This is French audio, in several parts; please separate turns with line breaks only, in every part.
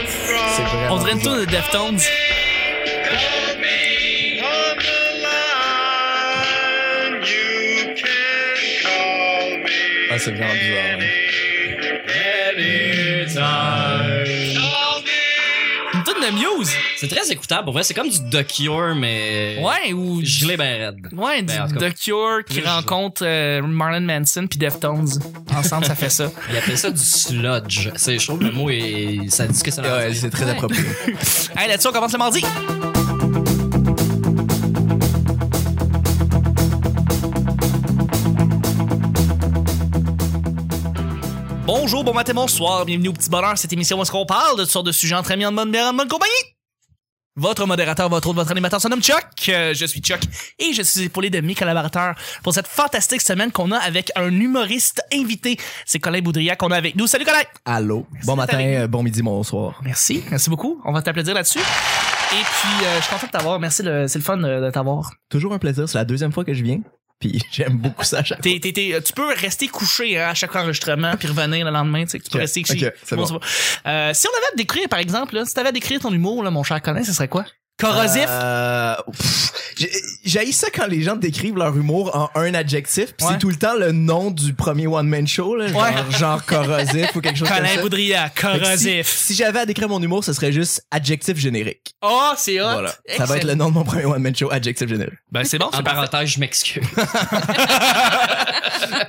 vraiment
On dirait une
bizarre.
tour de Deftones.
Ah, c'est vraiment bizarre. hein.
Une tour de Muse.
C'est très écoutable, pour vrai. C'est comme du The Cure, mais.
Ouais, ou...
Gelé ben raide.
Ouais,
Ben, en
du-
tout cas,
The Cure qui
je-
rencontre euh, Marlon Manson puis Deftones. Ensemble, ça fait ça.
Il appelle ça du sludge. C'est, je trouve que le mot est, ça dit ce que ça veut
Ouais,
dire.
c'est très approprié.
Hey, là-dessus, on commence le mardi. Bonjour, bon matin, bonsoir. Bienvenue au Petit Bonheur, cette émission où est-ce qu'on parle de toutes sortes de sujets entre amis, en bonne bière, en bonne compagnie. Votre modérateur, votre autre, votre animateur, son nom Chuck. Euh, je suis Chuck et je suis épaulé de mes collaborateurs pour cette fantastique semaine qu'on a avec un humoriste invité. C'est Colin Boudria qu'on a avec nous. Salut Colin!
Allô. Bon
d'être
matin,
avec
euh, bon midi, bonsoir.
Merci, merci beaucoup. On va t'applaudir là-dessus. Et puis, euh, je suis content de t'avoir. Merci, le- c'est le fun euh, de t'avoir.
Toujours un plaisir. C'est la deuxième fois que je viens. Puis j'aime beaucoup ça à chaque
T'es- t'es- t'es- tu peux rester couché hein, à chaque enregistrement puis revenir le lendemain. Tu, sais, que tu peux
Ok,
rester couché.
ok, c'est
Bon,
bon.
c'est bon. Euh, si on avait à te décrire, par exemple, là, si t'avais à décrire ton humour, là, mon cher Colin, ce serait quoi? Corrosif?
Euh, pff, j'ai- J'haïs ça quand les gens décrivent leur humour en un adjectif, puis
Ouais.
c'est tout le temps le nom du premier one-man show, là, genre,
Ouais.
genre corrosif ou quelque chose comme
Colin
ça.
Boudria,
Fait que
corrosif.
Si, si j'avais à décrire mon humour, ce serait juste adjectif générique.
Oh, c'est hot.
Voilà. Ça va être le Ah, nom de mon premier one-man show, adjectif générique.
Ben, c'est bon,
En
c'est parfait.
parenthèse, je m'excuse.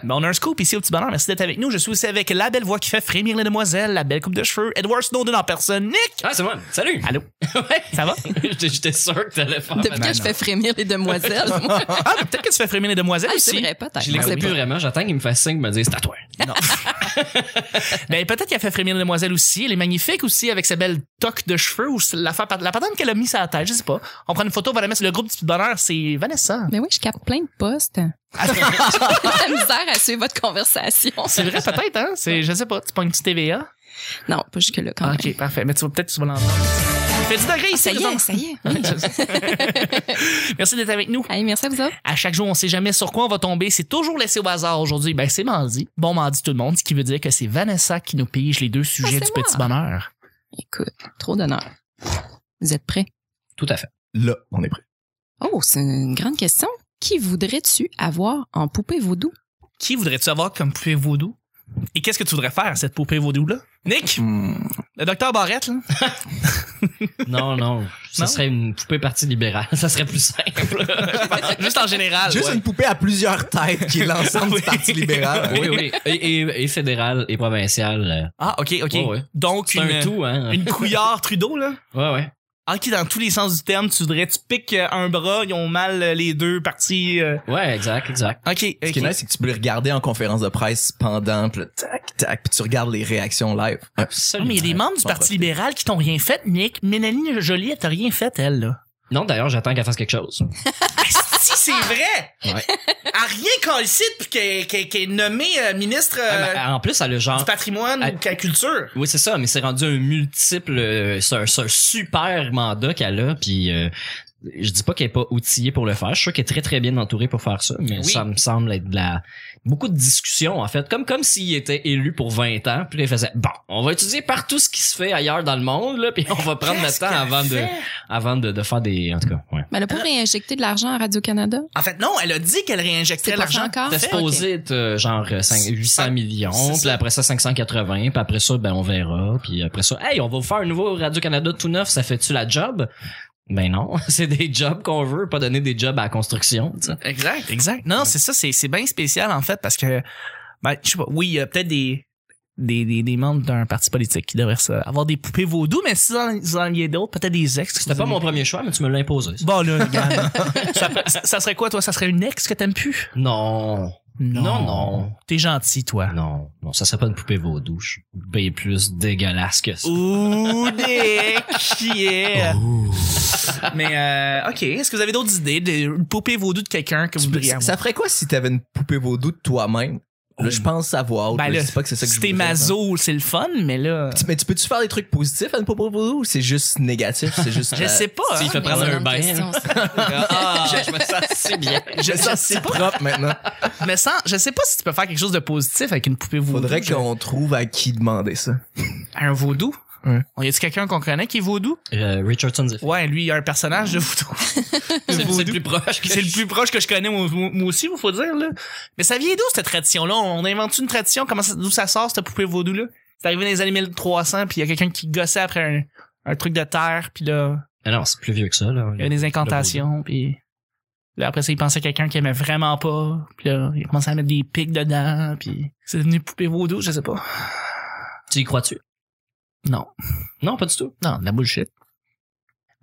Ben, on a un scoop ici au petit bonheur. Merci d'être avec nous. Je suis aussi avec la belle voix qui fait frémir les demoiselles, la belle coupe de cheveux, Edward Snowden en personne. Nick!
Ah, c'est moi. Salut.
Allô?
Ouais.
Ça va?
J'étais j'étais sûr que t'allais faire.
Depuis que je fais frémir les demoiselles, moi.
Ah, mais peut-être que tu fais frémir les demoiselles
Ah,
aussi.
c'est vrai, peut-être.
Je
On sait
l'écoute plus
pas.
vraiment. J'attends qu'il me fasse signe, qu'il me dise c'est à toi.
Ben, peut-être qu'elle fait frémir les demoiselles aussi. Elle est magnifique aussi avec sa belle toque de cheveux ou la, fa- la patente qu'elle a mis sur la tête. Je sais pas. On prend une photo, on va la mettre sur le groupe du petit bonheur. C'est Vanessa.
Mais oui, je capte plein de postes. J'ai de la misère à suivre votre conversation.
C'est vrai, peut-être, hein? C'est, je sais pas. Tu prends une petite TVA?
Non, pas jusque-là quand
Ah,
même.
ok, parfait. Mais tu vas peut-être, tu vas l'entendre. Il fait 10 degrés ici,
Ah, Ça y
nous
est,
autres.
ça y est.
Merci d'être avec nous.
Allez, merci à vous autres.
À chaque jour, on sait jamais sur quoi on va tomber. C'est toujours laissé au hasard aujourd'hui. Ben, c'est mardi. Bon mardi tout le monde, ce qui veut dire que c'est Vanessa qui nous pige les deux sujets
c'est
du
moi.
petit bonheur.
Écoute, trop d'honneur. Vous êtes prêts?
Tout à fait.
Là, on est prêt.
Oh, c'est une grande question. Qui voudrais-tu avoir en poupée vaudou?
Qui voudrais-tu avoir comme poupée vaudou? Et qu'est-ce que tu voudrais faire à cette poupée vaudou-là? Nick,
Hmm.
le docteur Barrette, là?
Non, non. Ça
Non?
serait une poupée partie libérale. Ça serait plus simple.
Juste en général.
Juste
Ah ouais. Ah
une poupée à plusieurs têtes qui est l'ensemble
Oui.
du Parti libéral.
oui, oui. Et, et, et fédérale et provinciale.
Ah, ok, ok.
Ouais, ouais.
Donc,
C'est
une,
un tout, hein.
une couillard Trudeau, là.
Ouais, ouais.
Ah, qui, dans tous les sens du terme, tu voudrais, tu piques euh, un bras, ils ont mal euh, les deux parties. euh.
Ouais, exact, exact.
Ok,
Ce qui est
ok.
nice, c'est que tu peux les regarder en conférence de presse pendant, puis là, tac, tac, puis tu regardes les réactions live.
Ah,
Ouais.
mais il y a des
Absolument.
membres du Parti libéral qui t'ont rien fait, Nick. Mélanie Jolie, elle t'a rien fait, elle, là.
Non, d'ailleurs, j'attends qu'elle fasse quelque chose.
Ah, si, c'est vrai!
Ouais.
À rien qu'en ici, puis qu'elle qu'elle- qu'elle est nommée euh, ministre euh,
Ah, mais en plus, elle a genre.
du patrimoine
elle-
ou de la culture.
Oui, c'est ça, mais c'est rendu un multiple. euh, C'est un, c'est un super mandat qu'elle a, puis. euh, je dis pas qu'elle est pas outillée pour le faire. Je suis sûr qu'elle est très très bien entourée pour faire ça, mais
Oui.
ça me semble être de la beaucoup de discussions en fait, comme comme s'il était élu pour 20 ans, puis là, il faisait bon, on va étudier partout ce qui se fait ailleurs dans le monde là, puis on va prendre
Qu'est-ce
le temps
qu'elle
avant de
fait?
avant de, de faire des en tout cas, ouais.
Mais elle a
Euh,
pas réinjecté de l'argent à Radio-Canada?
En fait, non, elle a dit qu'elle réinjecterait
C'est pas fait
l'argent.
encore?
C'était
Fait,
supposé être euh, genre euh, cinq- 800 millions,
c'est
puis
ça.
après ça 580, puis après ça ben on verra, puis après ça hey on va vous faire un nouveau Radio Canada tout neuf, ça fait-tu la job Ben non, c'est des jobs qu'on veut, pas donner des jobs à la construction. tu sais.
Exact, exact. Non, non, c'est ça, c'est, c'est bien spécial en fait parce que, ben, je sais pas, oui, il y a peut-être des, des, des, des membres d'un parti politique qui devraient ça, avoir des poupées vaudou, mais si vous en, vous en aviez d'autres, peut-être des ex.
C'était pas mon premier choix, mais tu me l'as imposé. ça.
Bon, là, regarde. ça, ça serait quoi, toi? Ça serait une ex que t'aimes plus?
Non, non, non,
T'es gentil, toi.
non, non, ça serait pas une poupée vaudou, je suis bien plus dégueulasse que ça.
Ouh, Nick! Yeah!
Ouh.
Mais, euh, OK. Est-ce que vous avez d'autres idées? Des, une poupée vaudou de quelqu'un que vous voudriez avoir?
Ça ferait quoi si t'avais une poupée vaudou de toi-même? Là, je pense savoir.
Ben
je
là,
sais pas que c'est ça que
Si
je
t'es
voudrais, hein.
maso, c'est le fun, mais là...
Tu- Mais tu peux-tu faire des trucs positifs à une poupée vaudou ou c'est juste négatif? C'est juste.
Je sais pas,
Il
hein?
fait
mais
prendre
c'est
un
une
bain.
question, ça.
Ah, je me sens si bien.
Je sens si euh, propre maintenant.
Mais sans, je sais pas si tu peux faire quelque chose de positif avec une poupée vaudou.
Faudrait
Je-
qu'on trouve à qui demander ça.
Un vaudou?
Ouais.
On y a-tu quelqu'un qu'on connaît qui est vaudou?
Euh, Richardson Zephyr.
Ouais, lui, il y a un personnage de vaudou. De
C'est c'est
vaudou.
le plus proche que
C'est le
je-
plus proche que je connais, moi, moi aussi, il faut dire, là. Mais ça vient d'où, cette tradition-là? On invente une tradition? Comment ça, d'où ça sort, cette poupée vaudou-là? C'est arrivé dans les années 1300, puis il y a quelqu'un qui gossait après un, un truc de terre, puis là,
Ah non, c'est plus vieux que ça, là.
il y a des incantations, puis là, après ça, il pensait à quelqu'un qui aimait vraiment pas, puis là, il commençait à mettre des pics dedans, puis c'est devenu poupée vaudou, je sais pas.
Tu y crois-tu?
Non.
Non, pas du tout.
Non, de la bullshit.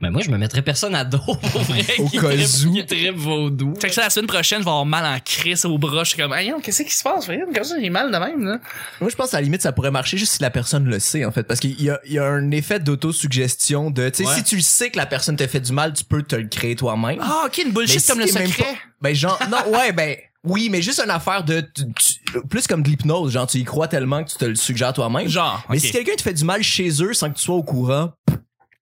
Ben moi, je me mettrais personne à dos, pour vrai.
Au
qui
cas
trippe-
où.
Qui trippe vaudou.
Fait que ça, la semaine prochaine, je vais avoir mal en crise au bras, je suis comme, hey, yo, qu'est-ce qui se passe, Voyons, comme ça, j'ai mal de même, là.
Moi, je pense à la limite, ça pourrait marcher juste si la personne le sait, en fait. Parce qu'il y a, il y a un effet d'autosuggestion de, tu sais,
Ouais.
si tu le sais que la personne t'a fait du mal, tu peux te le créer toi-même.
Ah, ok, une
Mais
bullshit
si
comme le
t'es même
secret.
Ben, genre, non, ouais, ben, oui, mais juste une affaire de, tu- tu- plus comme de l'hypnose, genre, tu y crois tellement que tu te le suggères toi-même.
Genre,
Mais
ok.
si quelqu'un te fait du mal chez eux sans que tu sois au courant,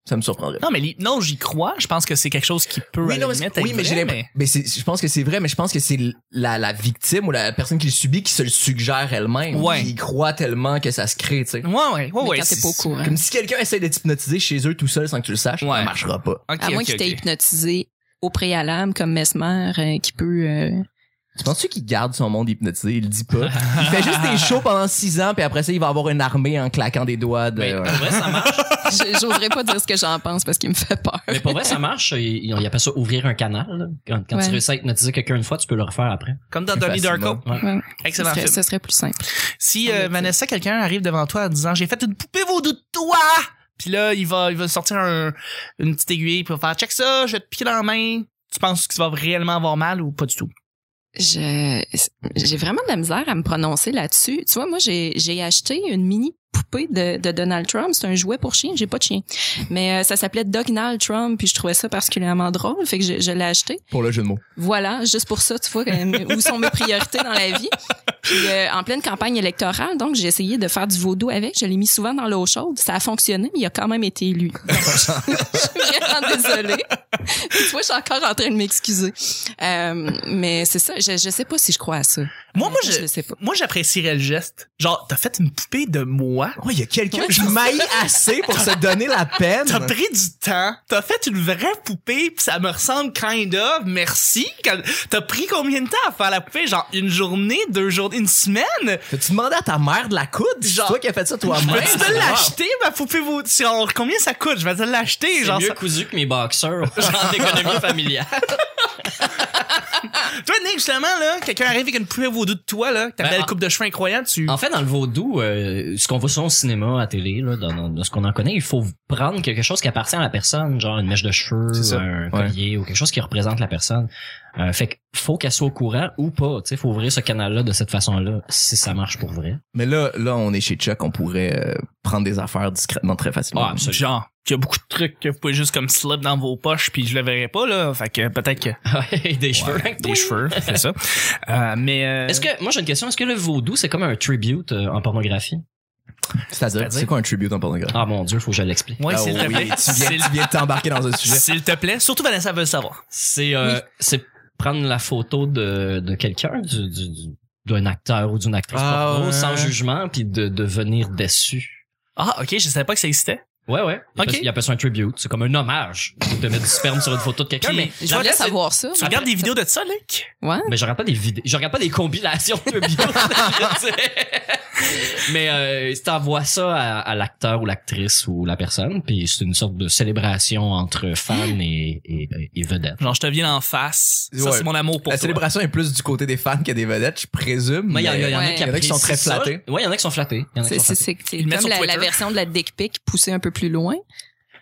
ça me surprendrait.
Non, mais les- non, j'y crois. Je pense que c'est quelque chose qui peut. à
Oui,
la
non, mais,
limite,
c'est- oui,
être
mais j'ai
vrai,
l'impression- mais c'est- je pense que c'est vrai, mais je pense que c'est la, la victime ou la personne qui le subit qui se le suggère elle-même.
Ouais.
Qui y croit tellement que ça se crée, tu sais.
mais- Ouais, ouais, ouais.
Mais
ouais,
quand t'es
c'est-
pas au courant.
Comme si quelqu'un essaie de t'hypnotiser chez eux tout seul sans que tu le saches,
Ouais.
ça marchera pas.
Ok,
à moins
ok,
qu'il t'ait
ok.
hypnotisé au préalable comme Mesmer euh, qui peut euh,
Tu penses-tu qu'il garde son monde hypnotisé? Il le dit pas. Il fait juste des shows pendant six ans, puis après ça, il va avoir une armée en claquant des doigts de...
Mais
Ben,
ouais.
pour vrai, ça marche.
je- j'oserais pas dire ce que j'en pense parce qu'il me fait peur
Mais pour vrai, ça marche. Ils, ils appellent ça ouvrir un canal. là. Quand, quand tu
Ouais.
réussis à hypnotiser quelqu'un une fois, tu peux le refaire après.
Comme dans Donnie
Facilement.
Darko.
Ouais. ce
Excellent
serait,
film.
ce serait plus simple
Si euh,
Ouais.
Vanessa, quelqu'un arrive devant toi en disant j'ai fait une poupée vaudou de toi, puis là il va il va sortir un- une petite aiguille pour faire check ça, je vais te piquer dans la main. Tu penses que tu vas réellement avoir mal ou pas du tout
Je- j'ai vraiment de la misère à me prononcer là-dessus. Tu vois, moi, j'ai, j'ai acheté une mini poupée de, de Donald Trump. C'est un jouet pour chien. J'ai pas de chien. Mais euh, ça s'appelait Dognald Trump, puis je trouvais ça particulièrement drôle. Fait que je, je l'ai acheté.
Pour le jeu de mots.
Voilà, juste pour ça, tu vois, euh, où sont mes priorités dans la vie. Puis euh, en pleine campagne électorale, donc j'ai essayé de faire du vaudou avec. Je l'ai mis souvent dans l'eau chaude. Ça a fonctionné, mais il a quand même été élu. Donc, je suis vraiment désolée. Puis, tu vois, je suis encore en train de m'excuser. Euh, mais c'est ça, je, je sais pas si je crois à ça.
Moi moi
je le
je
sais pas.
moi j'apprécierais le geste. Genre t'as fait une poupée de moi.
Ouais, il y a quelqu'un
Ouais,
qui maille assez pour se donner la peine.
T'as pris du temps, t'as fait une vraie poupée, pis ça me ressemble kind of, merci. Quand- T'as pris combien de temps à faire la poupée? Genre une journée, deux jours, une semaine?
T'as-tu demandé à ta mère de la coude? C'est
Genre-
toi qui as fait ça
Je
toi-même?
vais te l'acheter, ma poupée vaudou? Genre, Combien ça coûte? Je vais te l'acheter,
C'est
genre
mieux
ça-
cousu que mes boxeurs genre d'économie familiale.
Toi, Nick, justement, là, quelqu'un arrive avec une poupée vaudou de toi, là, ta
Ben,
belle
en- Ah,
coupe de cheveux incroyable, tu...
En fait, dans le vaudou, euh, ce qu'on voit souvent au cinéma, à télé, là, dans, dans- dans ce qu'on en connaît, il faut prendre quelque chose qui appartient à la personne, genre une mèche de cheveux,
C'est ça.
un
Ouais.
collier ou quelque chose qui représente la personne. Euh, fait que faut qu'elle soit au courant ou pas. Tu sais, faut ouvrir ce canal-là de cette façon-là si ça marche pour vrai.
Mais là, là, on est chez Chuck, on pourrait euh, prendre des affaires discrètement très facilement.
Ah, absolument.
Genre, il y a beaucoup de trucs que vous pouvez juste comme slip dans vos poches puis je le verrai pas là, fait que peut-être que
Ouais, des cheveux.
des cheveux, c'est ça. Euh, mais euh,
Est-ce que moi j'ai une question, est-ce que le vaudou c'est comme un tribute euh, en pornographie
C'est-à-dire,
C'est-à-dire?
c'est quoi un tribute en pornographie?
Ah mon dieu, faut que je l'explique.
ouais,
Ah
s'il te
oui,
plaît,
tu viens,
s'il
tu viens de t'embarquer dans un sujet.
s'il te plaît, surtout Vanessa veut le savoir.
C'est euh, c'est prendre la photo de, de quelqu'un du du- du- d'un acteur ou d'une actrice
Ah,
porno,
ouais.
sans jugement puis de devenir déçu.
Ah, ok, je savais pas que ça existait.
Ouais, ouais. Il,
Ok.
appelle, il appelle ça un tribute. C'est comme un hommage. Tu te mettre du sperme sur une photo de quelqu'un.
Puis,
Mais,
Je
la
voulais
vraie, c'est-
savoir ça.
Tu regardes des vidéos de ça, Nick?
Ouais.
mais je regarde pas des vidéos. Je regarde pas des compilations de tribute. je sais. mais euh, si t'envoies ça à, à l'acteur ou l'actrice ou la personne, puis c'est une sorte de célébration entre fans et, et, et vedettes.
Genre, je te viens en face. Ça,
Ouais.
c'est mon amour pour
La
toi.
célébration est plus du côté des fans que des vedettes, je présume.
Mais il y, en a- il y en a
Ouais.
qui
Il y en a qui sont très
apprécient ça.
flattés.
Ouais, il y en a qui sont flattés. Il y en a qui
C'est,
sont
c'est,
flattés.
c'est, c'est
Ils le mettent
comme
sur
la, la
Twitter.
version de la dick pic poussée un peu plus loin.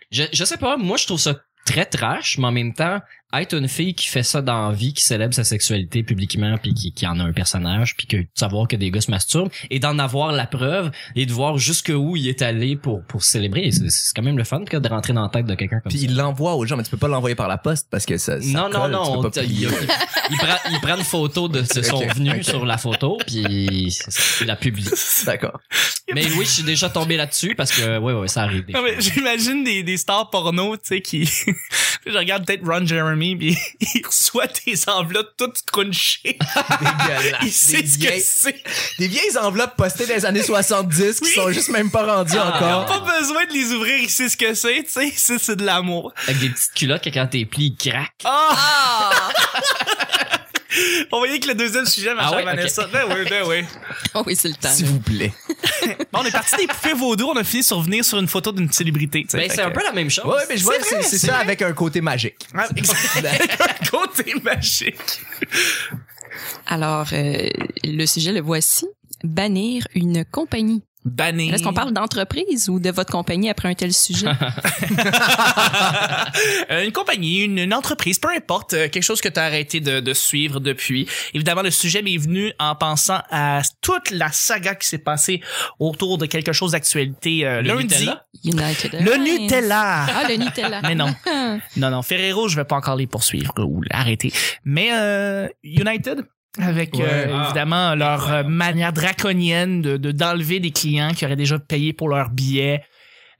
Je, je sais pas, moi je trouve ça très trash, mais en même temps, être une fille qui fait ça dans la vie, qui célèbre sa sexualité publiquement, puis qui, qui en a un personnage, puis que de savoir que des gars se masturbent, et d'en avoir la preuve, et de voir jusqu'où il est allé pour, pour célébrer, c'est c'est quand même le fun que de rentrer dans la tête de quelqu'un comme
Puis
ça.
il l'envoie aux gens, mais tu peux pas l'envoyer par la poste parce que ça. ça
non, non,
colle, tu
non,
peux
on-
pas
il, il,
plier.
il prend, il prend une photo de, de son
Ok,
venu
ok.
sur la photo, puis il la publie.
D'accord.
Mais oui, je suis déjà tombé là-dessus, parce que, ouais, ouais, ça arrive. des
Non,
fois.
mais j'imagine des, des stars porno, tu sais, qui, Je regarde peut-être Ron Jeremy, puis il reçoit des enveloppes toutes crunchées.
Dégueulasse.
Il sait
Ah, Des
ce que
vieilles-
c'est.
Des vieilles enveloppes postées des années 70 qui
Oui.
sont juste même pas rendues
Il a
encore.
pas besoin de les ouvrir, il sait ce que c'est, tu sais. Ça, c'est de l'amour.
Avec des petites culottes que quand t'es plis, ils craquent.
Ah!
Ah!
On voyait que le deuxième sujet, ma
Ah
chère
ouais,
Vanessa. Ben oui, ben oui.
Oh oui, c'est le temps.
S'il vous plaît.
Bon, on est parti des poupées vaudou, on a fini sur venir sur une photo d'une célébrité. tu sais.
Ben,
Fait
c'est un
que-
peu la même
Ah,
chose.
Ouais, mais je vois que c'est c'est ça avec un côté magique. Ben,
Ouais, exact. Un Côté magique.
Alors, euh, le sujet, le voici. Bannir une compagnie.
Banné.
Est-ce qu'on parle d'entreprise ou de votre compagnie après un tel sujet?
Euh, une compagnie, une, une entreprise, peu importe, euh, quelque chose que tu as arrêté de, de suivre depuis. Évidemment, le sujet m'est venu en pensant à toute la saga qui s'est passée autour de quelque chose d'actualité euh,
Le
lundi.
Nutella?
United
Le
Airlines.
Nutella.
Ah, le Nutella.
Mais non. Non, non, Ferrero, je vais pas encore les poursuivre ou l'arrêter. Mais euh, United, avec
Ouais.
euh,
Ah.
évidemment leur euh, manière draconienne de de- d'enlever des clients qui auraient déjà payé pour leurs billets,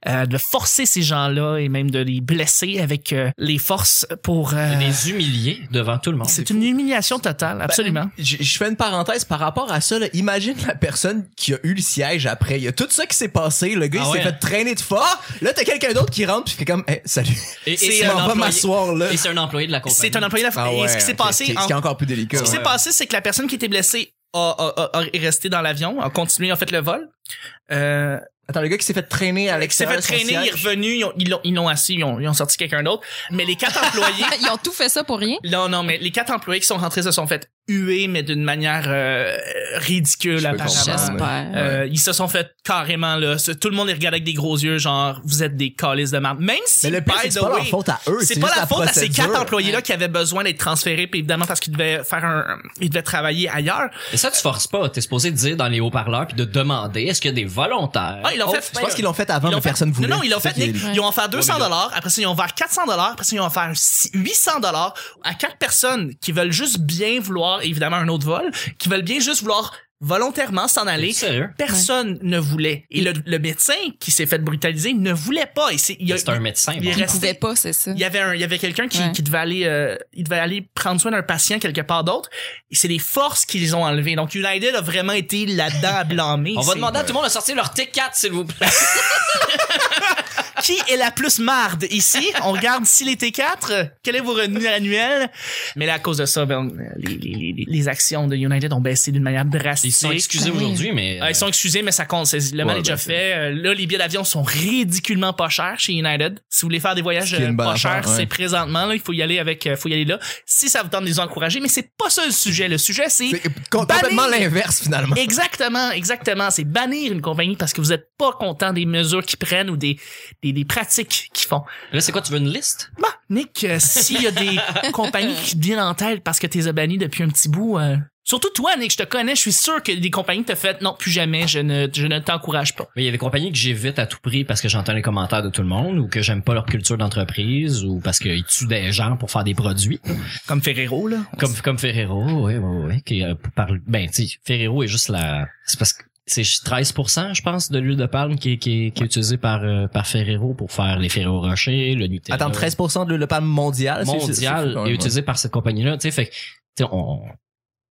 euh, de forcer ces gens-là et même de les blesser avec euh, les forces pour... euh,
Les humilier devant tout le monde.
c'est une humiliation totale, absolument.
Je, je fais une parenthèse par rapport à ça. là. Imagine la personne qui a eu le siège après. Il y a tout ça qui s'est passé. Le gars,
Ah
il
ouais.
s'est
hein.
fait traîner de fort. Là, t'as quelqu'un d'autre qui rentre puis qui fait comme, Eh, salut.
Et, et
Je
c'est
m'en
un
vais
employé.
m'asseoir là.
Et c'est un employé de la compagnie.
C'est un employé de la
Ah ouais,
Et ce qui s'est
ok,
passé...
ok,
en-
Ce qui est encore plus délicat.
Ce qui
ouais.
s'est passé, c'est que la personne qui était blessée a, a- a- a- est restée dans l'avion, a continué en fait le vol. Euh,
Attends, le gars qui s'est fait traîner à
Il s'est fait
l'extérieur. de son
traîner, il est
siège.
revenu, ils ont- ils l'ont ils l'ont assis, ils ont, ils ont sorti quelqu'un d'autre. Mais les quatre employés,
Ils ont tout fait ça pour rien.
non, non, mais les quatre employés qui sont rentrés se sont fait huer, mais d'une manière euh, ridicule
Je peux
apparemment.
comprendre.
J'espère.
Euh, Ils se sont fait carrément là, se- tout le monde les regarde avec des gros yeux, genre vous êtes des calices de marde. Même si
Mais le pire,
by
c'est que c'est
the
pas
way,
leur faute à eux.
c'est pas
juste
la faute à ces
procédure.
quatre employés là qui avaient besoin d'être transférés, puis évidemment parce qu'ils devaient faire un, ils devaient travailler ailleurs.
Et ça, tu forces pas. T'es supposé dire dans les haut-parleurs puis de demander est-ce qu'il y a des volontaires.
Ah, ils l'ont
Oh,
fait.
je pense qu'ils l'ont fait avant,
Ils l'ont
mais
fait-
personne voulait.
Non, non, ils l'ont
C'est ça
fait,
qui est-
Nick. Ils ont offert 200
Ouais, mais
dollars. Après ça, ils ont offert 400 dollars. Après ça, ils ont offert 800 dollars à quatre personnes qui veulent juste bien vouloir, évidemment, un autre vol, qui veulent bien juste vouloir volontairement s'en aller.
Sérieux?
Personne ne voulait. Et le, le médecin qui s'est fait brutaliser ne voulait pas. Et c'est, il, y a-
C'est un médecin.
il est
bon.
Ils
resté-
pouvaient pas, c'est ça.
il y avait un, il y avait quelqu'un qui,
Ouais.
qui devait aller, euh, il devait aller prendre soin d'un patient quelque part d'autre. Et c'est les forces qui les ont enlevés. Donc United a vraiment été là-dedans à blâmer.
On va
C'est-
demander à tout le monde de sortir leur T4, s'il vous plaît.
Qui est la plus marde ici? On regarde si les T4, euh, quel est vos revenus annuels? Mais là, à cause de ça, ben, euh, les, les- les- les actions de United ont baissé d'une manière drastique.
Ils se sont excusés
Ah oui.
aujourd'hui, mais. euh,
Ah, ils sont excusés, mais ça compte. C'est- Le mal
Ouais,
est déjà
ben, c'est-
fait. Euh, Là, les billets d'avion sont ridiculement pas chers chez United. Si vous voulez faire des voyages
Ce qui est une
euh,
bonne
pas
affaire,
chers,
ouais.
c'est présentement. Là, il faut y aller avec, euh, faut y aller là. Si ça vous tente de les encourager, mais c'est pas ça le sujet. Le sujet, c'est
C'est complètement
Bannir.
l'inverse, finalement.
Exactement, exactement. C'est bannir une compagnie parce que vous êtes pas content des mesures qu'ils prennent ou des, des, des pratiques qu'ils font.
Là, c'est quoi, tu veux une liste?
Bah, Nick, euh, s'il y a des compagnies qui te viennent en tête parce que t'es banni depuis un petit bout, euh, surtout toi, Nick, je te connais, je suis sûr que des compagnies te fait non, plus jamais, je ne, je ne t'encourage pas.
Mais il y a des compagnies que j'évite à tout prix parce que j'entends les commentaires de tout le monde ou que j'aime pas leur culture d'entreprise ou parce qu'ils tuent des gens pour faire des produits.
Comme Ferrero, là.
Comme, comme Ferrero, oui, oui, oui. Qui, euh, par, ben, tu sais, Ferrero est juste la... C'est parce que c'est 13%, je pense, de l'huile de palme qui, est- qui, est- qui est utilisée par, euh, par Ferrero pour faire les Ferrero Rocher, le Nutella.
Attends, 13% de le palme mondial. Ah, c'est- c'est- c'est
mondial
fou, hein. quand
est
même,
utilisé par cette compagnie-là. Tu sais, fait que, tu sais, on,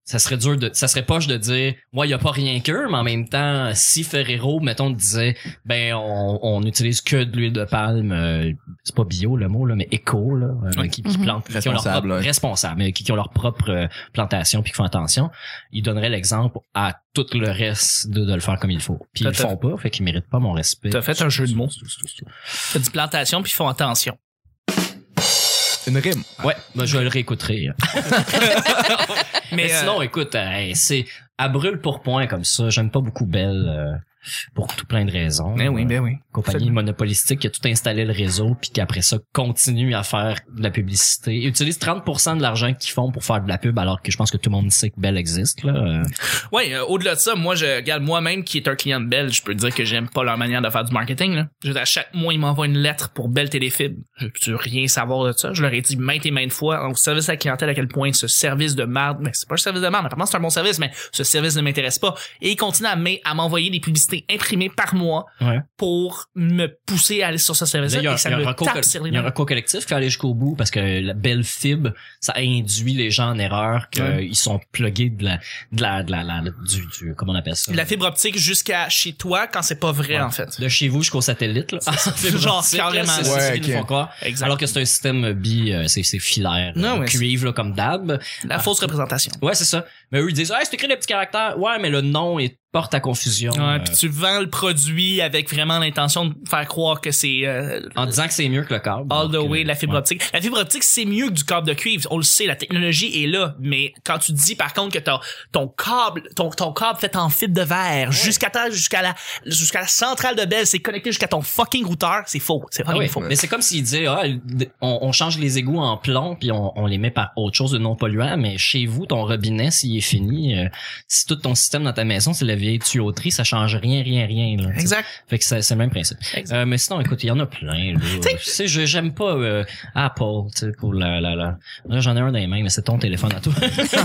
ça serait dur de, ça serait poche de dire, ouais, y a pas rien qu'eux, mais en même temps, si Ferrero, mettons, disait, ben, on, on utilise que de l'huile de palme, euh, c'est pas bio le mot, là, mais éco, là, euh, qui, qui
Mhm.
plantent, qui ont leur
Responsable,
propre,
ouais.
responsable, euh, qui, qui ont leur propre euh, plantation puis qui font attention. Ils donneraient l'exemple à tout le reste de, de le faire comme il faut. Puis ils le
Tout à
font pas, fait qu'ils méritent pas mon respect.
T'as fait un jeu de mots. T'as du plantation puis ils font attention.
Une rime.
Ouais, ben, je le réécouterai.
Mais,
Mais,
euh,
sinon, écoute, euh, hey, c'est à brûle pour point comme ça. J'aime pas beaucoup Belle euh, pour tout plein de raisons.
Ben oui,
Euh,
ben oui.
Compagnie
Absolument.
monopolistique qui a tout installé le réseau puis qui après ça continue à faire de la publicité. Ils utilisent 30% de l'argent qu'ils font pour faire de la pub alors que je pense que tout le monde sait que Belle existe. Là. Euh,
Ouais, euh, au-delà de ça, moi, je regarde moi-même qui est un client de Bell, je peux dire que j'aime pas leur manière de faire du marketing. Là. Je veux dire, à chaque mois, ils m'envoient une lettre pour Bell Téléfibre. Je peux rien savoir de ça. Je leur ai dit maintes et maintes fois au service à la clientèle à quel point ce service de merde, mais c'est pas un service de merde, apparemment c'est un bon service, mais ce service ne m'intéresse pas. Et ils continuent à m'in- à m'envoyer des publicités publicité imprimée par moi
Ouais.
pour me pousser à aller sur ce service-là.
Il y a,
et ça
il y a
me
un recours,
tape
col-
sur les
il y a un
nerfs.
recours collectif qui va aller jusqu'au bout parce que la belle fibre, ça induit les gens en erreur qu'ils
Ouais.
sont plugués de la, de la, de la, la- du, du, comment on appelle ça?
La fibre optique jusqu'à chez toi quand c'est pas vrai,
Ouais.
en fait.
De chez vous jusqu'au satellite, là. Fibre
Genre,
optique,
carrément.
là, c'est- c'est
Ouais,
ce qu'ils nous
ok.
font croire.
Exact.
Alors que c'est un système bi, euh, c'est c'est filaire,
Non,
euh,
ouais,
cuivre, là, comme d'hab.
La fausse représentation.
Ouais, c'est ça. Mais eux, ils disent, hey, c'est écrit des petits caractères. Ouais, mais le nom, il porte à confusion.
Ouais,
euh,
puis tu vends le produit avec vraiment l'intention de faire croire que c'est euh,
en disant que c'est mieux que le câble.
all the
Donc,
way
euh,
la fibre
ouais.
optique. La fibre optique, c'est mieux que du câble de cuivre. On le sait, la technologie est là. Mais quand tu dis par contre que t'as ton câble, ton, ton câble fait en fibre de verre jusqu'à ta- jusqu'à la jusqu'à la centrale de Bell, c'est connecté jusqu'à ton fucking routeur, c'est faux. C'est
Ah
fucking
oui,
faux.
mais c'est comme s'il disait ah, on, on change les égouts en plomb puis on, on les met par autre chose de non polluant mais chez vous ton robinet s'il est fini euh, si tout ton système dans ta maison c'est la vieille tuyauterie ça change rien rien rien là, tu sais.
Exact.
fait que c'est c'est le même principe
Exact.
Euh, mais sinon écoute il y en a plein là. tu sais je- j'aime pas euh, Apple tu sais pour la la la là j'en ai un dans les mains mais c'est ton téléphone à toi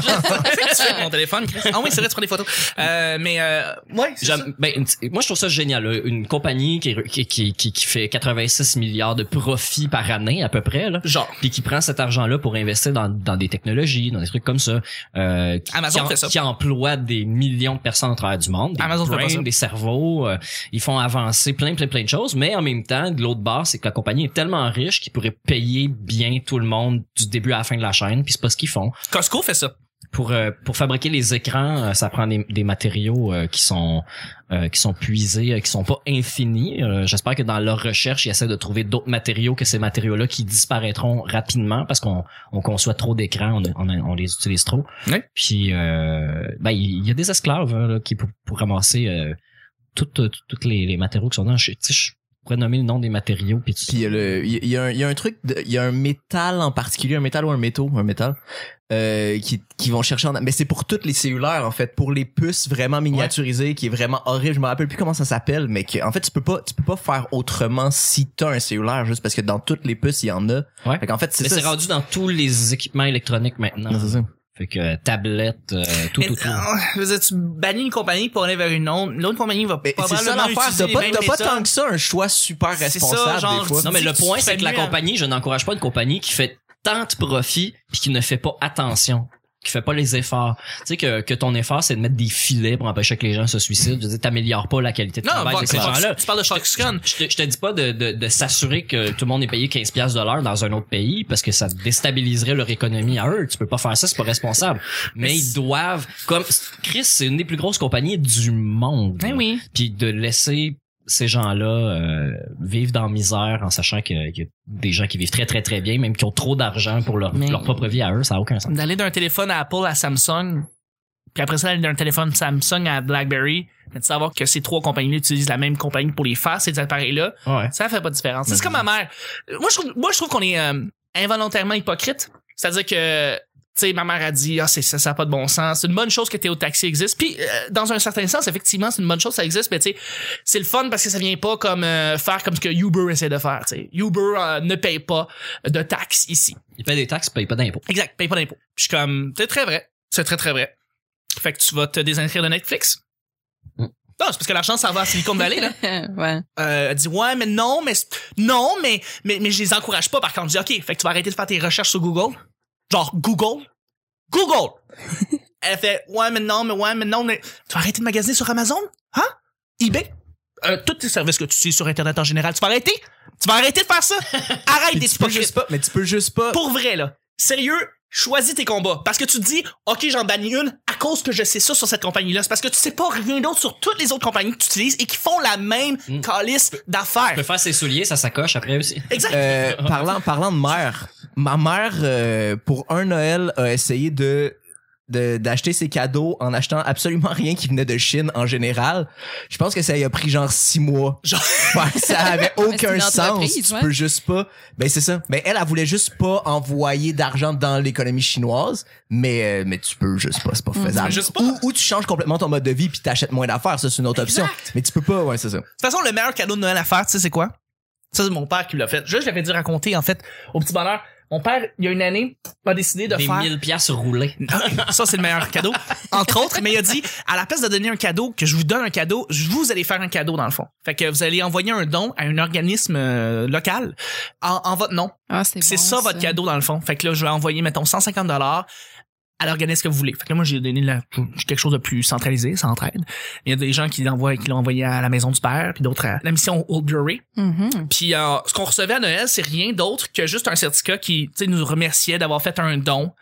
tu fais mon téléphone, Chris. Ah oui, c'est vrai, tu prends des photos. Euh, mais euh, ouais, c'est ça.
J'aime- ben, une petite- moi, je trouve ça génial. là. Une compagnie qui, qui, qui, qui- qui fait 86 milliards de profits par année, à peu près, là,
genre
puis qui prend cet argent-là pour investir dans, dans des technologies, dans des trucs comme ça, euh, qui,
Amazon
qui en-
fait ça.
qui emploie des millions de personnes à travers du monde, des
Amazon fait pas
brains,
ça.
des cerveaux, euh, ils font avancer plein plein plein de choses, mais en même temps, de l'autre bord, c'est que la compagnie est tellement riche qu'ils pourraient payer bien tout le monde du début à la fin de la chaîne, puis c'est pas ce qu'ils font.
Costco fait ça.
Pour euh, pour fabriquer les écrans, euh, ça prend des, des matériaux euh, qui sont euh, qui sont puisés, euh, qui sont pas infinis. Euh, J'espère que dans leur recherche, ils essaient de trouver d'autres matériaux que ces matériaux-là qui disparaîtront rapidement parce qu'on on conçoit trop d'écrans, on, on, on les utilise trop.
Ouais.
Puis euh, ben il y a des esclaves hein, là, qui pour, pour ramasser euh, toutes euh, toutes les, les matériaux qui sont dans. Je, tu sais, je pourrais nommer le nom des matériaux puis tu-
Puis il y a le- il y, a- il y a un- il y a un truc, de- il y a un métal en particulier, un métal ou un métaux, un métal, euh, qui, qui vont chercher en... Mais c'est pour toutes les cellulaires, en fait, pour les puces vraiment miniaturisées, qui est vraiment horrible. Je me rappelle plus comment ça s'appelle, mais que, en fait, tu peux pas, tu peux pas faire autrement si t'as un cellulaire, juste parce que dans toutes les puces, il y en a.
Ouais.
Fait qu'en fait, c'est
Mais
ça.
c'est rendu dans tous les équipements électroniques maintenant.
Non, c'est ça.
Fait que euh, tablette, euh, tout,
Mais,
tout, tout.
euh, je veux dire, tu bannis une compagnie pour aller vers une autre. L'autre compagnie va
Mais c'est ça
probablement
l'affaire.
utiliser
T'as
les
pas,
mêmes
t'as pas
méthodes.
tant que ça un choix super
C'est ça,
responsable
genre,
des fois.
Non, mais le
Tu-
point,
tu
c'est
fais
que la
mieux, hein.
compagnie, je n'encourage pas une compagnie qui fait tant de profit puis qui ne fait pas attention qui fait pas les efforts. Tu sais que, que ton effort, c'est de mettre des filets pour empêcher que les gens se suicident. Je veux dire, t'améliores pas la qualité de
Non,
travail
va-
de ces
va-
gens-là.
tu parles de SharkCon.
Je te, je te dis pas de, de, de s'assurer que tout le monde est payé 15 pièces de l'heure dans un autre pays parce que ça déstabiliserait leur économie à eux. Tu peux pas faire ça, c'est pas responsable. Mais ils doivent, comme Chris, c'est une des plus grosses compagnies du monde.
Ben oui.
Puis de laisser ces gens-là euh, vivre dans la misère en sachant que- qu'il y a des gens qui vivent très très très bien, même qui ont trop d'argent pour leur,
Mais-
leur propre vie à eux, ça n'a aucun sens.
D'aller d'un téléphone à Apple à Samsung, puis après ça, d'aller d'un téléphone Samsung à BlackBerry, mais de savoir que ces trois compagnies utilisent la même compagnie pour les faire, ces appareils-là,
Ouais.
ça fait pas de différence. C'est comme ma mère. Moi, je trouve, moi, je trouve qu'on est euh, involontairement hypocrite. C'est-à-dire que, tu sais, ma mère a dit, ah, c'est, ça, ça a pas de bon sens. C'est une bonne chose que Théo Taxi existe. Puis, euh, dans un certain sens, effectivement, c'est une bonne chose, ça existe, mais tu sais, c'est le fun parce que ça vient pas comme euh, faire comme ce que Uber essaie de faire. tu sais. Uber euh, ne paye pas de taxes ici.
Ils payent des taxes, ils payent pas d'impôts.
Exact, paye pas d'impôts. Puis Je suis comme, c'est très vrai. C'est très, très vrai. Fait que tu vas te désinscrire de Netflix.
Mm.
Non, c'est parce que l'argent, ça va à Silicon Valley, là.
ouais.
Euh, elle dit, ouais, mais non, mais, c'est- non, mais, mais, mais je les encourage pas. Par contre, je dis, OK, fait que tu vas arrêter de faire tes recherches sur Google. Genre, Google. Google! Elle fait, ouais, mais non, mais ouais, mais non, mais tu vas arrêter de magasiner sur Amazon? Hein? eBay? Euh, tous tes services que tu suis sur Internet en général, tu vas arrêter? Tu vas arrêter de faire ça? Arrête
Puis
d'être
tu peux
hypocrite
juste pas, mais tu peux juste pas.
pour vrai là, sérieux, choisis tes combats parce que tu te dis OK, j'en bannis une à cause que je sais ça sur cette compagnie là, c'est parce que tu sais pas rien d'autre sur toutes les autres compagnies que tu utilises et qui font la même
Mm.
calice
Ils peuvent
d'affaires.
faire ses souliers, ça s'accroche après aussi.
Exact.
Euh, parlant, parlant de mère, ma mère, euh, pour un Noël, a essayé de de- d'acheter ses cadeaux en achetant absolument rien qui venait de Chine en général. Je pense que ça y a pris genre six mois.
Genre-
Parce que ça avait aucun
une
sens.
entreprise,
Tu
ouais.
peux juste pas. Ben c'est ça. Ben elle, elle voulait juste pas envoyer d'argent dans l'économie chinoise, mais euh, mais tu peux juste pas, c'est pas faisable.
Juste pas.
Ou, ou tu changes complètement ton mode de vie puis t'achètes moins d'affaires, ça c'est une autre option. Mais tu peux pas, ouais c'est ça.
De toute façon, le meilleur cadeau de Noël à faire, tu sais, c'est quoi? Ça, c'est mon père qui l'a fait. Je, je l'avais dit raconter, en fait, au petit bonheur. Mon père, il y a une année, a décidé de
Des
faire...
1000 piastres roulées.
Ça, c'est le meilleur cadeau, entre autres. Mais il a dit, à la place de donner un cadeau, que je vous donne un cadeau, je vous allez faire un cadeau, dans le fond. Fait que vous allez envoyer un don à un organisme euh, local en, en votre nom.
Ah, c'est
C'est
bon,
ça, votre cadeau, dans le fond. Fait que là, je vais envoyer, mettons, 150 dollars à l'organisme que vous voulez. Fait que là, moi, j'ai donné la- quelque chose de plus centralisé, ça entraide. Il y a des gens qui l'envoient, qui l'ont envoyé à la Maison du Père, puis d'autres à la mission Old Glory.
Mhm.
Puis euh, ce qu'on recevait à Noël, c'est rien d'autre que juste un certificat qui tu sais, nous remerciait d'avoir fait un don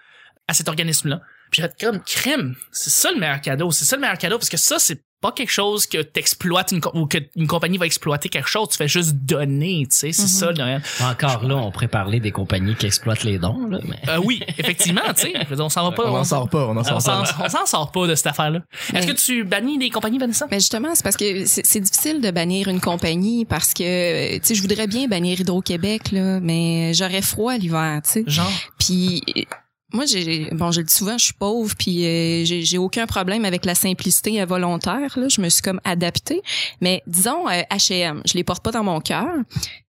à cet organisme-là. Puis j'ai fait comme crème, c'est ça le meilleur cadeau, c'est ça le meilleur cadeau parce que ça c'est pas quelque chose que t'exploites une co- ou que une compagnie va exploiter quelque chose, tu fais juste donner, tu sais, c'est
Mhm.
ça Noël.
Encore là, on pourrait parler des compagnies qui exploitent les dons, là, mais...
Euh, oui, effectivement, tu sais, je veux dire, on s'en va pas,
On en sort pas, on en
on
sort
s'en
pas.
on s'en sort pas de cette affaire-là. Est-ce que
Mais-
tu bannis des compagnies Vanessa
Mais justement, c'est parce que c'est c'est difficile de bannir une compagnie parce que, euh, tu sais, je voudrais bien bannir Hydro-Québec, là, mais j'aurais froid l'hiver, tu sais.
Genre
Puis euh, moi, j'ai bon, je le dis souvent, je suis pauvre, puis euh, j'ai j'ai aucun problème avec la simplicité involontaire. Là, je me suis comme adaptée. Mais disons euh, H&M, je les porte pas dans mon cœur.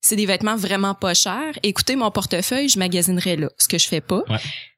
C'est des vêtements vraiment pas chers. Écoutez mon portefeuille, je magasinerai là, ce que je fais pas.
Ouais.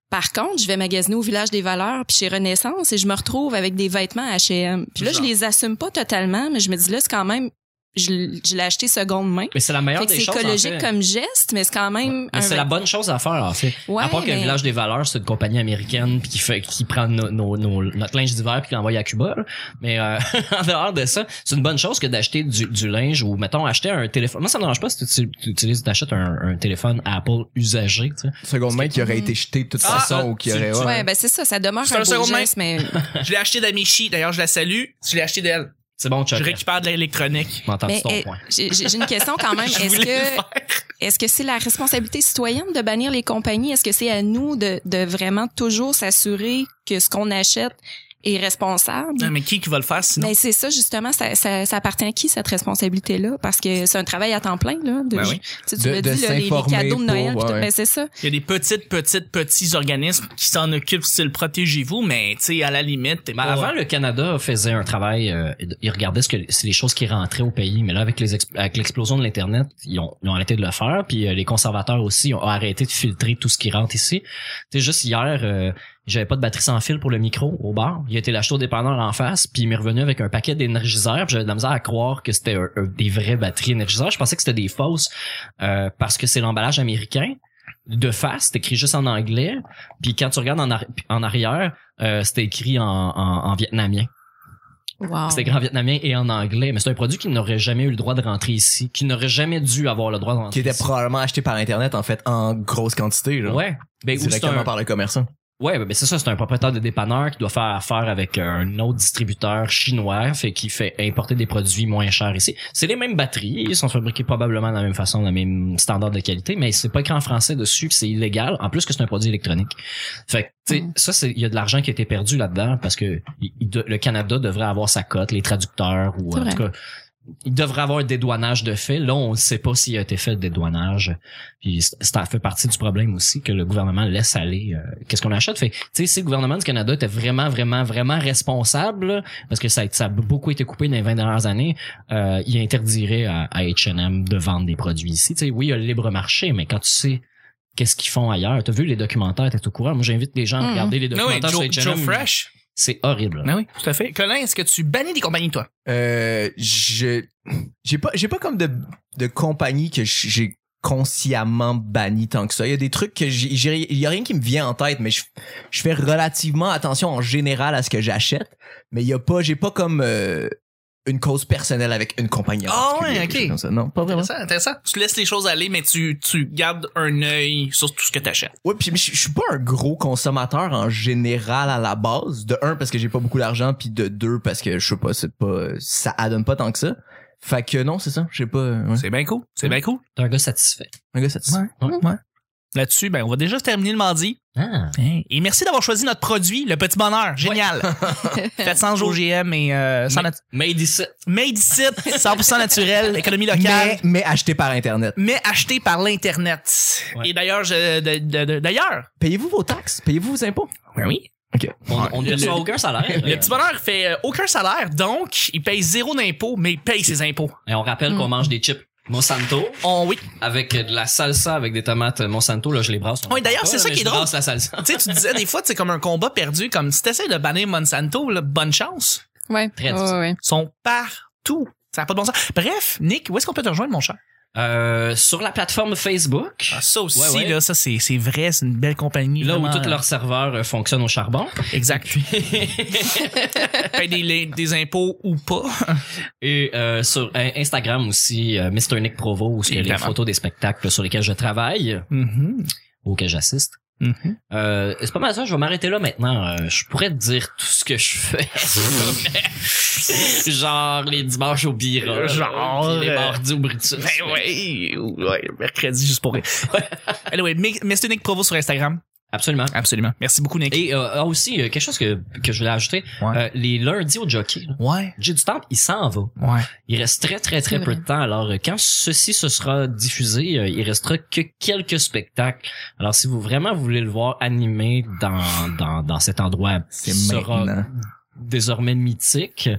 Par contre, je vais magasiner au village des valeurs puis chez Renaissance et je me retrouve avec des vêtements H&M. Puis là,
Genre.
je les assume pas totalement, mais je me dis là, c'est quand même, je, l- je l'ai acheté seconde main.
Mais c'est la meilleure
Fait que
des
C'est
choses. en
écologique
fait.
comme geste, mais c'est quand même.
Mais
un
c'est la
vêtement-
bonne chose à faire, en fait.
Ouais,
à part que le
mais-
Village des Valeurs, c'est une compagnie américaine puis qui fait, qui prend nos- nos- nos- notre linge d'hiver puis qui l'envoie à Cuba. là. Mais euh, en dehors de ça, c'est une bonne chose que d'acheter du, du linge ou mettons acheter un téléphone. Moi, ça me dérange pas si tu, tu utilises, t'achètes un, un téléphone Apple usagé. Tu sais.
Seconde main qui aurait été jetée de toute
Ah,
façon ou qui
tu-
aurait.
tu-
Ouais, ben c'est ça, ça demeure
C'est
un,
un
beau
seconde main.
geste, mais
Je l'ai acheté d'Amichi, d'ailleurs je la salue, je l'ai acheté d'elle.
C'est bon, Chuck.
Je récupère de l'électronique.
Je m'entends
mais
ton
eh,
point.
j'ai j'ai- j'ai une question quand même.
Je
Est-ce
voulais le
que
faire.
est-ce que c'est la responsabilité citoyenne de bannir les compagnies Est-ce que c'est à nous de, de vraiment toujours s'assurer que ce qu'on achète est responsable
Non, mais qui qui va le faire Euh, sinon
mais c'est ça justement, ça, ça, ça appartient à qui cette responsabilité-là Parce que c'est un travail à temps plein là. De,
Ben oui.
tu sais, tu
De-
l'as
de
dit, là, les- les,
s'informer
cadeaux de Noël,
pour,
pis tout,
ouais.
ben, c'est ça.
Il y a des petites, petites, petits organismes qui s'en occupent, c'est le protégez-vous, mais tu sais, à la limite, t'es
Mais
pas-
Ben, avant, le Canada faisait un travail, euh, ils regardaient ce que c'est les choses qui rentraient au pays. Mais là, avec les exp- avec l'explosion de l'internet, ils ont, ils ont arrêté de le faire. Puis euh, les conservateurs aussi ont arrêté de filtrer tout ce qui rentre ici. Tu sais, juste hier, euh, j'avais pas de batterie sans fil pour le micro au bar. Il a été l'acheter au dépanneur en face, puis il m'est revenu avec un paquet d'énergiseurs. puis J'avais de la misère à croire que c'était euh, euh, des vraies batteries énergiseurs. Je pensais que c'était des fausses euh, parce que c'est l'emballage américain de face, c'est écrit juste en anglais. Puis quand tu regardes en, arri- en arrière, euh, c'était écrit en, en, en vietnamien.
Wow.
C'était écrit en vietnamien et en anglais. Mais c'est un produit qui n'aurait jamais eu le droit de rentrer ici, qui n'aurait jamais dû avoir le droit de
Qui
rentrer
était
ici.
probablement acheté par Internet, en fait, en grosse quantité, genre.
Ouais. Ben, ou c'est
Directement
un-
par le commerçant.
Ouais, ben c'est ça, c'est un propriétaire de dépanneur qui doit faire affaire avec un autre distributeur chinois, fait qui fait importer des produits moins chers ici. C'est les mêmes batteries, ils sont fabriqués probablement de la même façon, dans le même standard de qualité, mais c'est pas écrit en français dessus, puis c'est illégal, en plus que c'est un produit électronique. Fait que, tu sais,
Mm.
ça, c'est- il y a de l'argent qui a été perdu là-dedans, parce que il- il de- le Canada devrait avoir sa cote, les traducteurs, ou
C'est
en
vrai.
tout cas, il devrait avoir un dédouanage de fait. Là, on ne sait pas s'il a été fait le dédouanage. Puis c- ça fait partie du problème aussi que le gouvernement laisse aller euh, qu'est-ce qu'on achète. Fait, que, tu sais, si le gouvernement du Canada était vraiment, vraiment, vraiment responsable, là, parce que ça, a- ça a beaucoup été coupé dans les 20 dernières années, euh, il interdirait à, à H&M de vendre des produits ici. Tu sais, oui, il y a le libre marché, mais quand tu sais qu'est-ce qu'ils font ailleurs, t'as vu les documentaires, t'es au courant. Moi, j'invite les gens à
Mhm.
regarder les
Non, oui,
documentaires
Ah Joe,
sur
Joe
H&M.
Fresh.
C'est horrible.
Non, Ben oui, tout à fait. Colin, est-ce que tu bannis des compagnies, toi?
Euh, je j'ai pas j'ai pas comme de de compagnie que j- j'ai consciemment banni tant que ça. Il y a des trucs que j'ai j'ai- il y a rien qui me vient en tête mais je je fais relativement attention en général à ce que j'achète, mais il y a pas j'ai pas comme euh, une cause personnelle avec une compagnie. en
Ah
particulier,
ouais,
quelque
ok.
chose comme ça. Non, pas vraiment.
Intéressant, intéressant. Tu laisses les choses aller, mais tu, tu gardes un œil sur tout ce que t'achètes.
Ouais, puis je je suis pas un gros consommateur en général à la base. De un parce que j'ai pas beaucoup d'argent, puis de deux parce que je sais pas, c'est pas ça adonne pas tant que ça. Fait que non, c'est ça. J'ai pas. ouais.
C'est bien cool. C'est bien cool.
T'es un gars satisfait.
Un gars satisfait.
Là-dessus, ben, on va déjà terminer le mardi.
Ah.
Hein. Et merci d'avoir choisi notre produit, le petit bonheur. Génial. Faites sans OGM et euh, sans
Mais-
nat-
Made ici.
Made ici, 100% naturel, économie locale.
Mais, mais acheté par Internet.
mais acheté par l'internet.
Ouais.
Et d'ailleurs, je- de- de- de- d'ailleurs,
Payez-vous vos taxes, payez-vous vos impôts.
Ben oui.
On, on ne
Le-
reçoit aucun salaire.
Le petit bonheur fait euh, aucun salaire, donc il paye zéro d'impôt, mais il paye ses impôts.
Et on rappelle
Mm.
qu'on mange des chips Monsanto
On, Oh oui.
avec de la salsa avec des tomates Monsanto là je les brasse.
Oui, d'ailleurs, c'est ça
mais
qui est
je
drôle.
brasse la salsa.
tu sais, tu disais des fois, c'est comme un combat perdu. Comme si t'essayes de bannir Monsanto, là, bonne chance.
Ouais.
Très
ouais, ouais.
Ils sont partout. Ça n'a pas de bon sens. Bref, Nick, où est-ce qu'on peut te rejoindre, mon cher?
Euh, sur la plateforme Facebook.
Ah, ça aussi,
Ouais, ouais.
là, ça, c'est c'est vrai, c'est une belle compagnie.
Là où
vraiment,
tous
euh,
leurs serveurs euh, fonctionnent au charbon.
Exact. Paye des, les- des impôts ou pas.
Et euh, sur euh, Instagram aussi, euh, Mr. Nick Provo, où il y a les
Évidemment.
photos des spectacles sur lesquels je travaille
Mm-hmm.
ou que j'assiste.
Mhm.
Euh, c'est pas mal ça, je vais m'arrêter là maintenant. Euh, je pourrais te dire tout ce que je fais. Genre les dimanches au bira.
Genre,
puis les
euh,
mardis au Brutus.
Ben oui, ou- ouais, mercredi, juste pour rire. anyway, Mi- Mr. Nick Provo sur Instagram.
Absolument.
Absolument. Merci beaucoup, Nick.
Et euh, ah, aussi, euh, quelque chose que, que je voulais ajouter,
Ouais.
euh, les lundis au jockey, là,
Ouais,
j'ai du temps, il s'en va.
ouais.
Il reste très, très,
C'est
très peu
vrai.
de temps. Alors, euh, quand ceci se sera diffusé, euh, il restera que quelques spectacles. Alors, si vous vraiment voulez le voir animé dans, dans, dans cet endroit,
C'est
qui
maintenant.
désormais mythique,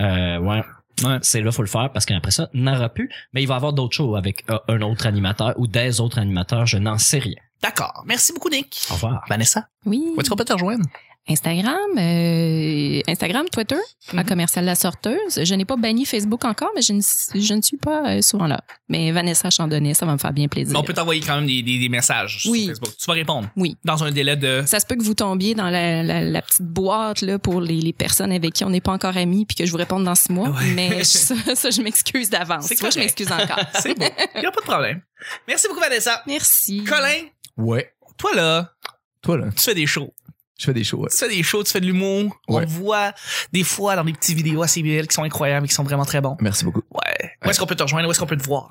euh, ouais.
Ouais.
C'est là, faut le faire parce qu'après ça, n'aura plus. Mais il va y avoir d'autres shows avec euh, un autre animateur ou des autres animateurs. Je n'en sais rien.
D'accord. Merci beaucoup, Nick.
Au revoir.
Vanessa,
Oui.
où est-ce qu'on peut te rejoindre?
Instagram, euh, Instagram, Twitter,
Mhm.
à commercial la sorteuse. Je n'ai pas banni Facebook encore, mais je ne, je ne suis pas euh, souvent là. Mais Vanessa Chandonnet, ça va me faire bien plaisir.
On peut t'envoyer quand même des, des- des messages
Oui.
sur Facebook. Tu vas répondre.
Oui.
Dans un délai de.
Ça se peut que vous tombiez dans la, la- la petite boîte là, pour les, les personnes avec qui on n'est pas encore amis puis que je vous réponde dans ce mois.
Ouais.
Mais je- ça, ça, je m'excuse d'avance.
C'est
Moi, je
correct.
m'excuse encore.
C'est bon. Il n'y a pas de problème. Merci beaucoup, Vanessa.
Merci.
Colin,
Ouais.
toi là,
Toi, là,
tu fais des shows.
je fais des shows. ouais.
Tu fais des shows, tu fais de l'humour. On
Ouais.
te voit des fois dans des petites vidéos assez belles qui sont incroyables et qui sont vraiment très bons.
Merci beaucoup.
Ouais. Où est-ce qu'on peut te rejoindre? Où est-ce qu'on peut te voir?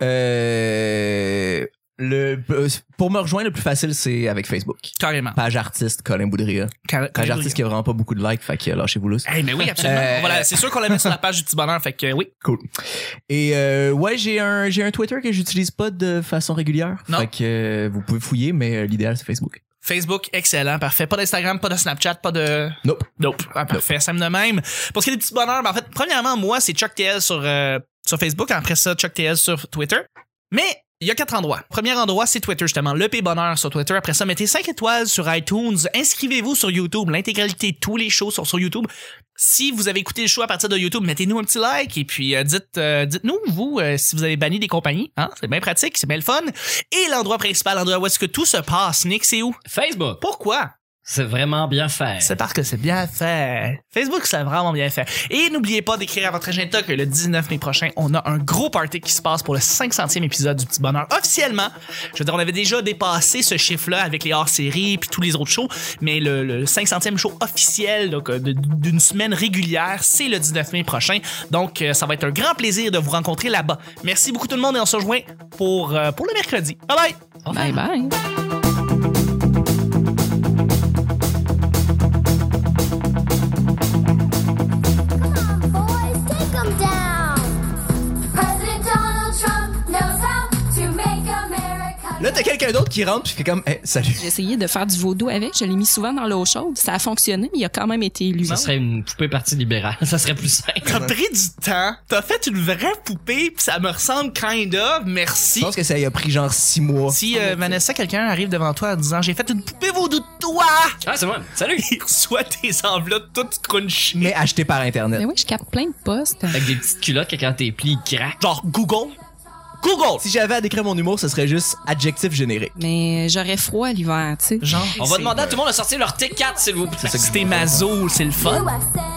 Euh, le, euh, pour me rejoindre, le plus facile, c'est avec Facebook.
Carrément.
Page artiste Colin Boudria.
Quand,
Page artiste qui a vraiment pas beaucoup de likes, fait que lâchez-vous là.
Hey, mais oui, absolument.
Euh,
On va la- c'est sûr qu'on la met sur la page du petit bonheur, fait que euh, oui.
Et euh, ouais, j'ai un j'ai un Twitter que j'utilise pas de façon régulière.
Non.
Fait que euh, vous pouvez fouiller, mais euh, l'idéal c'est Facebook.
Facebook, excellent, parfait. Pas d'Instagram, pas de Snapchat, pas de.
Nope.
Nope. Ah, parfait, ça me de même. Parce que les petits bonheurs, ben, en fait, premièrement, moi, c'est Chuck TL sur, euh, sur Facebook, après ça, Chuck TL sur Twitter. Mais. Il y a quatre endroits. Premier endroit, c'est Twitter, justement. Le P Bonheur sur Twitter. Après ça, mettez 5 étoiles sur iTunes. Inscrivez-vous sur YouTube. L'intégralité de tous les shows sont sur YouTube. Si vous avez écouté le show à partir de YouTube, mettez-nous un petit like et puis euh, dites, euh, dites-nous, vous, euh, si vous avez banni des compagnies. Hein? C'est bien pratique, c'est bien le fun. Et l'endroit principal, l'endroit où est-ce que tout se passe, Nick, c'est où?
Facebook,
Pourquoi?
c'est vraiment bien fait.
C'est parce que c'est bien fait. Facebook, c'est vraiment bien fait. Et n'oubliez pas d'écrire à votre agenda que le 19 mai prochain, on a un gros party qui se passe pour le 500e épisode du Petit Bonheur officiellement. Je veux dire, on avait déjà dépassé ce chiffre-là avec les hors-séries puis tous les autres shows, mais le, le 500e show officiel donc euh, de- d'une semaine régulière, c'est le 19 mai prochain. Donc, euh, ça va être un grand plaisir de vous rencontrer là-bas. Merci beaucoup tout le monde et on se rejoint pour, euh, pour le mercredi. Bye bye!
Bye bye.
boys, take 'em down. President Donald Trump knows how to make America.
Là t'as quelqu'un d'autre qui rentre puis qui fait comme hey, salut.
J'ai essayé de faire du vaudou avec. Je l'ai mis souvent dans l'eau chaude. Ça a fonctionné, mais il a quand même été élu.
Ah
Ça serait une poupée partie libérale. Ça serait plus simple.
T'as pris du temps, t'as fait une vraie poupée, pis ça me ressemble kinda,
Je
merci.
pense que ça y a pris genre six mois.
Si euh, Vanessa, quelqu'un arrive devant toi en disant j'ai fait une poupée vaudou de toi,
Ah, c'est moi. Salut.
il reçoit tes enveloppes toutes crunchées.
Mais acheté par internet.
Mais oui, je capte plein de postes.
Avec des petites culottes que quand t'es plié, ils craquent.
Genre Google, Google,
Si j'avais à décrire mon humour, ce serait juste adjectif générique.
Mais j'aurais froid l'hiver, tu sais.
genre.
On va demander à tout le monde de sortir leur T4, s'il vous plaît.
Si t'es mazo, c'est le fun.
USA,